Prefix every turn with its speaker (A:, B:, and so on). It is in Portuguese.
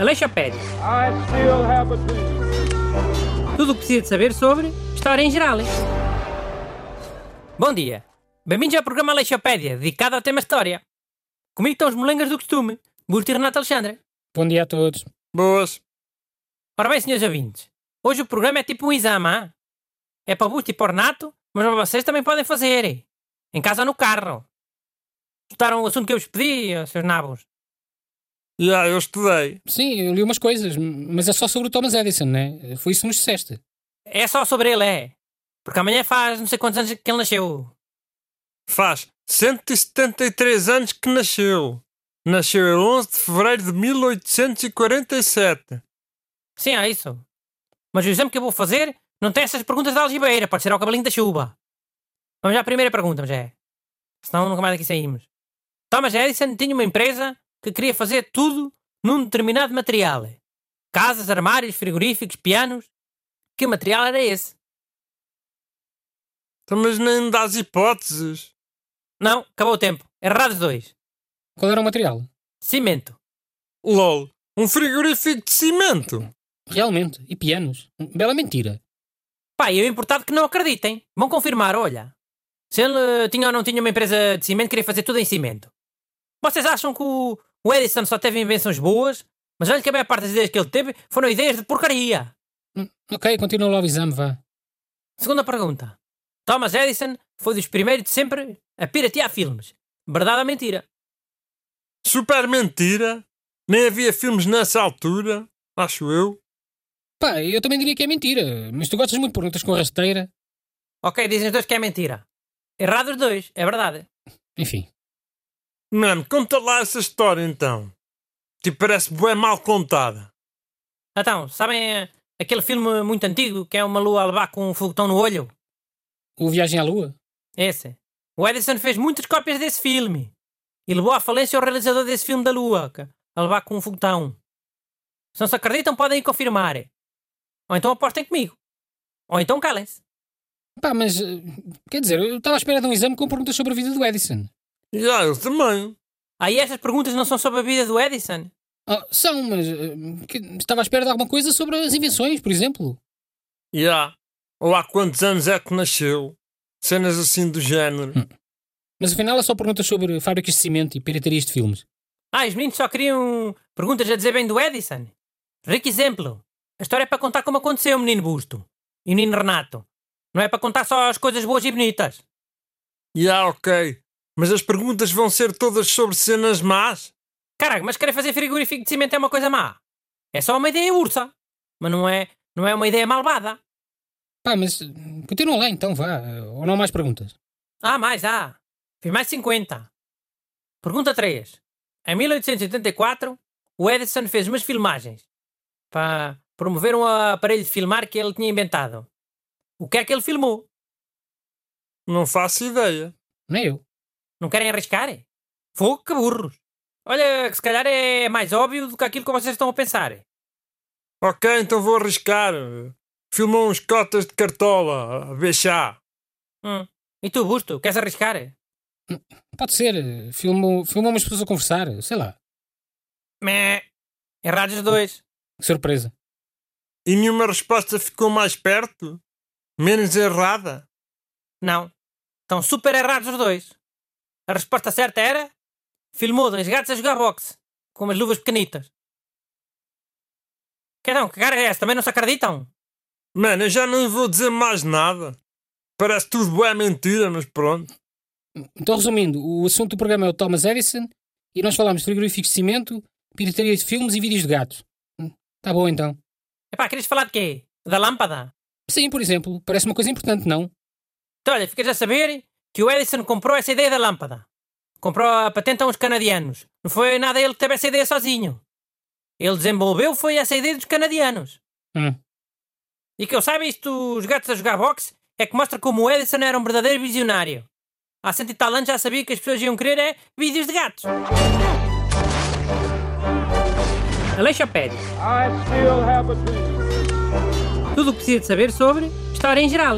A: Aleixo Pérez. Tudo o que precisa de saber sobre história em geral. Bom dia. Bem-vindos ao programa Aleixopédia, dedicado ao tema História. Comigo estão os molengas do costume, Busto e Renato Alexandre.
B: Bom dia a todos.
C: Boas.
A: Ora bem, senhores ouvintes, hoje o programa é tipo um exame, hã? É para o Busto e para o Renato, mas vocês também podem fazer. Em casa ou no carro. Escutaram o assunto que eu vos pedi, ó, seus nabos?
C: Já, eu estudei.
B: Sim, eu li umas coisas, mas é só sobre o Thomas Edison, né? Foi isso que nos disseste.
A: É só sobre ele, é. Porque amanhã faz não sei quantos anos que ele nasceu.
C: Faz 173 anos que nasceu. Nasceu em 11 de fevereiro de 1847.
A: Sim, é isso. Mas o exame que eu vou fazer não tem essas perguntas da algibeira, pode ser ao cabelinho da chuva. Vamos à primeira pergunta, já é. Senão nunca mais aqui saímos. Thomas Edison tinha uma empresa que queria fazer tudo num determinado material. Casas, armários, frigoríficos, pianos. Que material era esse?
C: Então, Mas nem das hipóteses.
A: Não, acabou o tempo. Errados dois.
B: Qual era o material?
A: Cimento.
C: LOL, um frigorífico de cimento.
B: Realmente, e pianos. Bela mentira.
A: Pá, e eu importado que não acreditem. Vão confirmar, olha. Se ele eh, tinha ou não tinha uma empresa de cimento, queria fazer tudo em cimento. Vocês acham que o, o Edison só teve invenções boas? Mas olha que a maior parte das ideias que ele teve foram ideias de porcaria.
B: Hum, Ok, continua lá o exame, vá.
A: Segunda pergunta. Thomas Edison foi dos primeiros de sempre a piratear filmes. Verdade ou mentira?
C: Super mentira. Nem havia filmes nessa altura, acho eu.
B: Pá, eu também diria que é mentira, mas tu gostas muito de perguntas com rasteira.
A: Ok, dizem os dois que é mentira. Errados os dois, é verdade.
B: Enfim.
C: Mano, conta lá essa história então. Tipo, parece bem mal contada.
A: Então, sabem eh, aquele filme muito antigo que é uma lua a levar com um foguetão no olho?
B: O Viagem à Lua?
A: Esse. O Edison fez muitas cópias desse filme. E levou à falência o realizador desse filme da Lua, que- a levar com um foguetão. Se não se acreditam, podem ir confirmar. Ou então apostem comigo. Ou então calem-se.
B: Pá, mas. eh, Quer dizer, eu estava à espera de um exame com perguntas sobre a vida do Edison.
C: Já, eu também.
A: Aí estas perguntas não são sobre a vida do Edison?
B: Ah, são, mas. eh, que- estava à espera de alguma coisa sobre as invenções, por exemplo.
C: Já. Ou há quantos anos é que nasceu? Cenas assim do género.
B: Mas afinal é só perguntas sobre fábricas de cimento e piratarias de filmes.
A: Ah, os meninos só queriam perguntas a dizer bem do Edison. Rico exemplo. A história é para contar como aconteceu, menino Busto. E menino Renato. Não é para contar só as coisas boas e bonitas.
C: Já, ok. Mas as perguntas vão ser todas sobre cenas más?
A: Caraca, mas querer fazer frigorífico de cimento é uma coisa má. É só uma ideia ursa. Mas não é, não é uma ideia malvada.
B: Pá, mas. eh, Continua lá então, vá. eh, Ou não há mais perguntas?
A: Ah, mais, ah. Fiz mais 50. Pergunta 3. Em 1884, o Edison fez umas filmagens para promover um aparelho de filmar que ele tinha inventado. O que é que ele filmou?
C: Não faço ideia.
B: Nem é eu.
A: Não querem arriscar? Fogo que burros. Olha, que se calhar é mais óbvio do que aquilo que vocês estão a pensar.
C: Ok, então vou arriscar. Filmou uns cotas de cartola, a ver chá.
A: Hum. E tu, Busto, queres arriscar?
B: Pode ser. eh, Filmou, filmou umas pessoas a conversar, sei lá.
A: Mé. Errados os dois.
B: Que surpresa.
C: E nenhuma resposta ficou mais perto? Menos errada?
A: Não. Estão super errados os dois. A resposta certa era... Filmou dois gatos a jogar boxe. Com umas luvas pequenitas. Que não, que cara é essa? Também não se acreditam?
C: Mano, eu já não vou dizer mais nada. Parece tudo boa mentira, mas pronto.
B: Então, resumindo, o assunto do programa é o Thomas Edison e nós falámos de frigoríficos de cimento, pirataria de filmes e vídeos de gatos. Hum, Tá bom então.
A: Epá, querias falar de quê? Da lâmpada?
B: Sim, por exemplo, parece uma coisa importante, não?
A: Então, olha, ficas a saber que o Edison comprou essa ideia da lâmpada. Comprou a patente a uns canadianos. Não foi nada ele que teve essa ideia sozinho. Ele desenvolveu foi essa ideia dos canadianos.
B: Hum.
A: E que eu saiba isto, os gatos a jogar boxe, é que mostra como o Edison era um verdadeiro visionário. Há cento e tal anos já sabia que as pessoas iam querer é vídeos de gatos. Aleixo Pérez. Tudo o que precisa de saber sobre história em geral.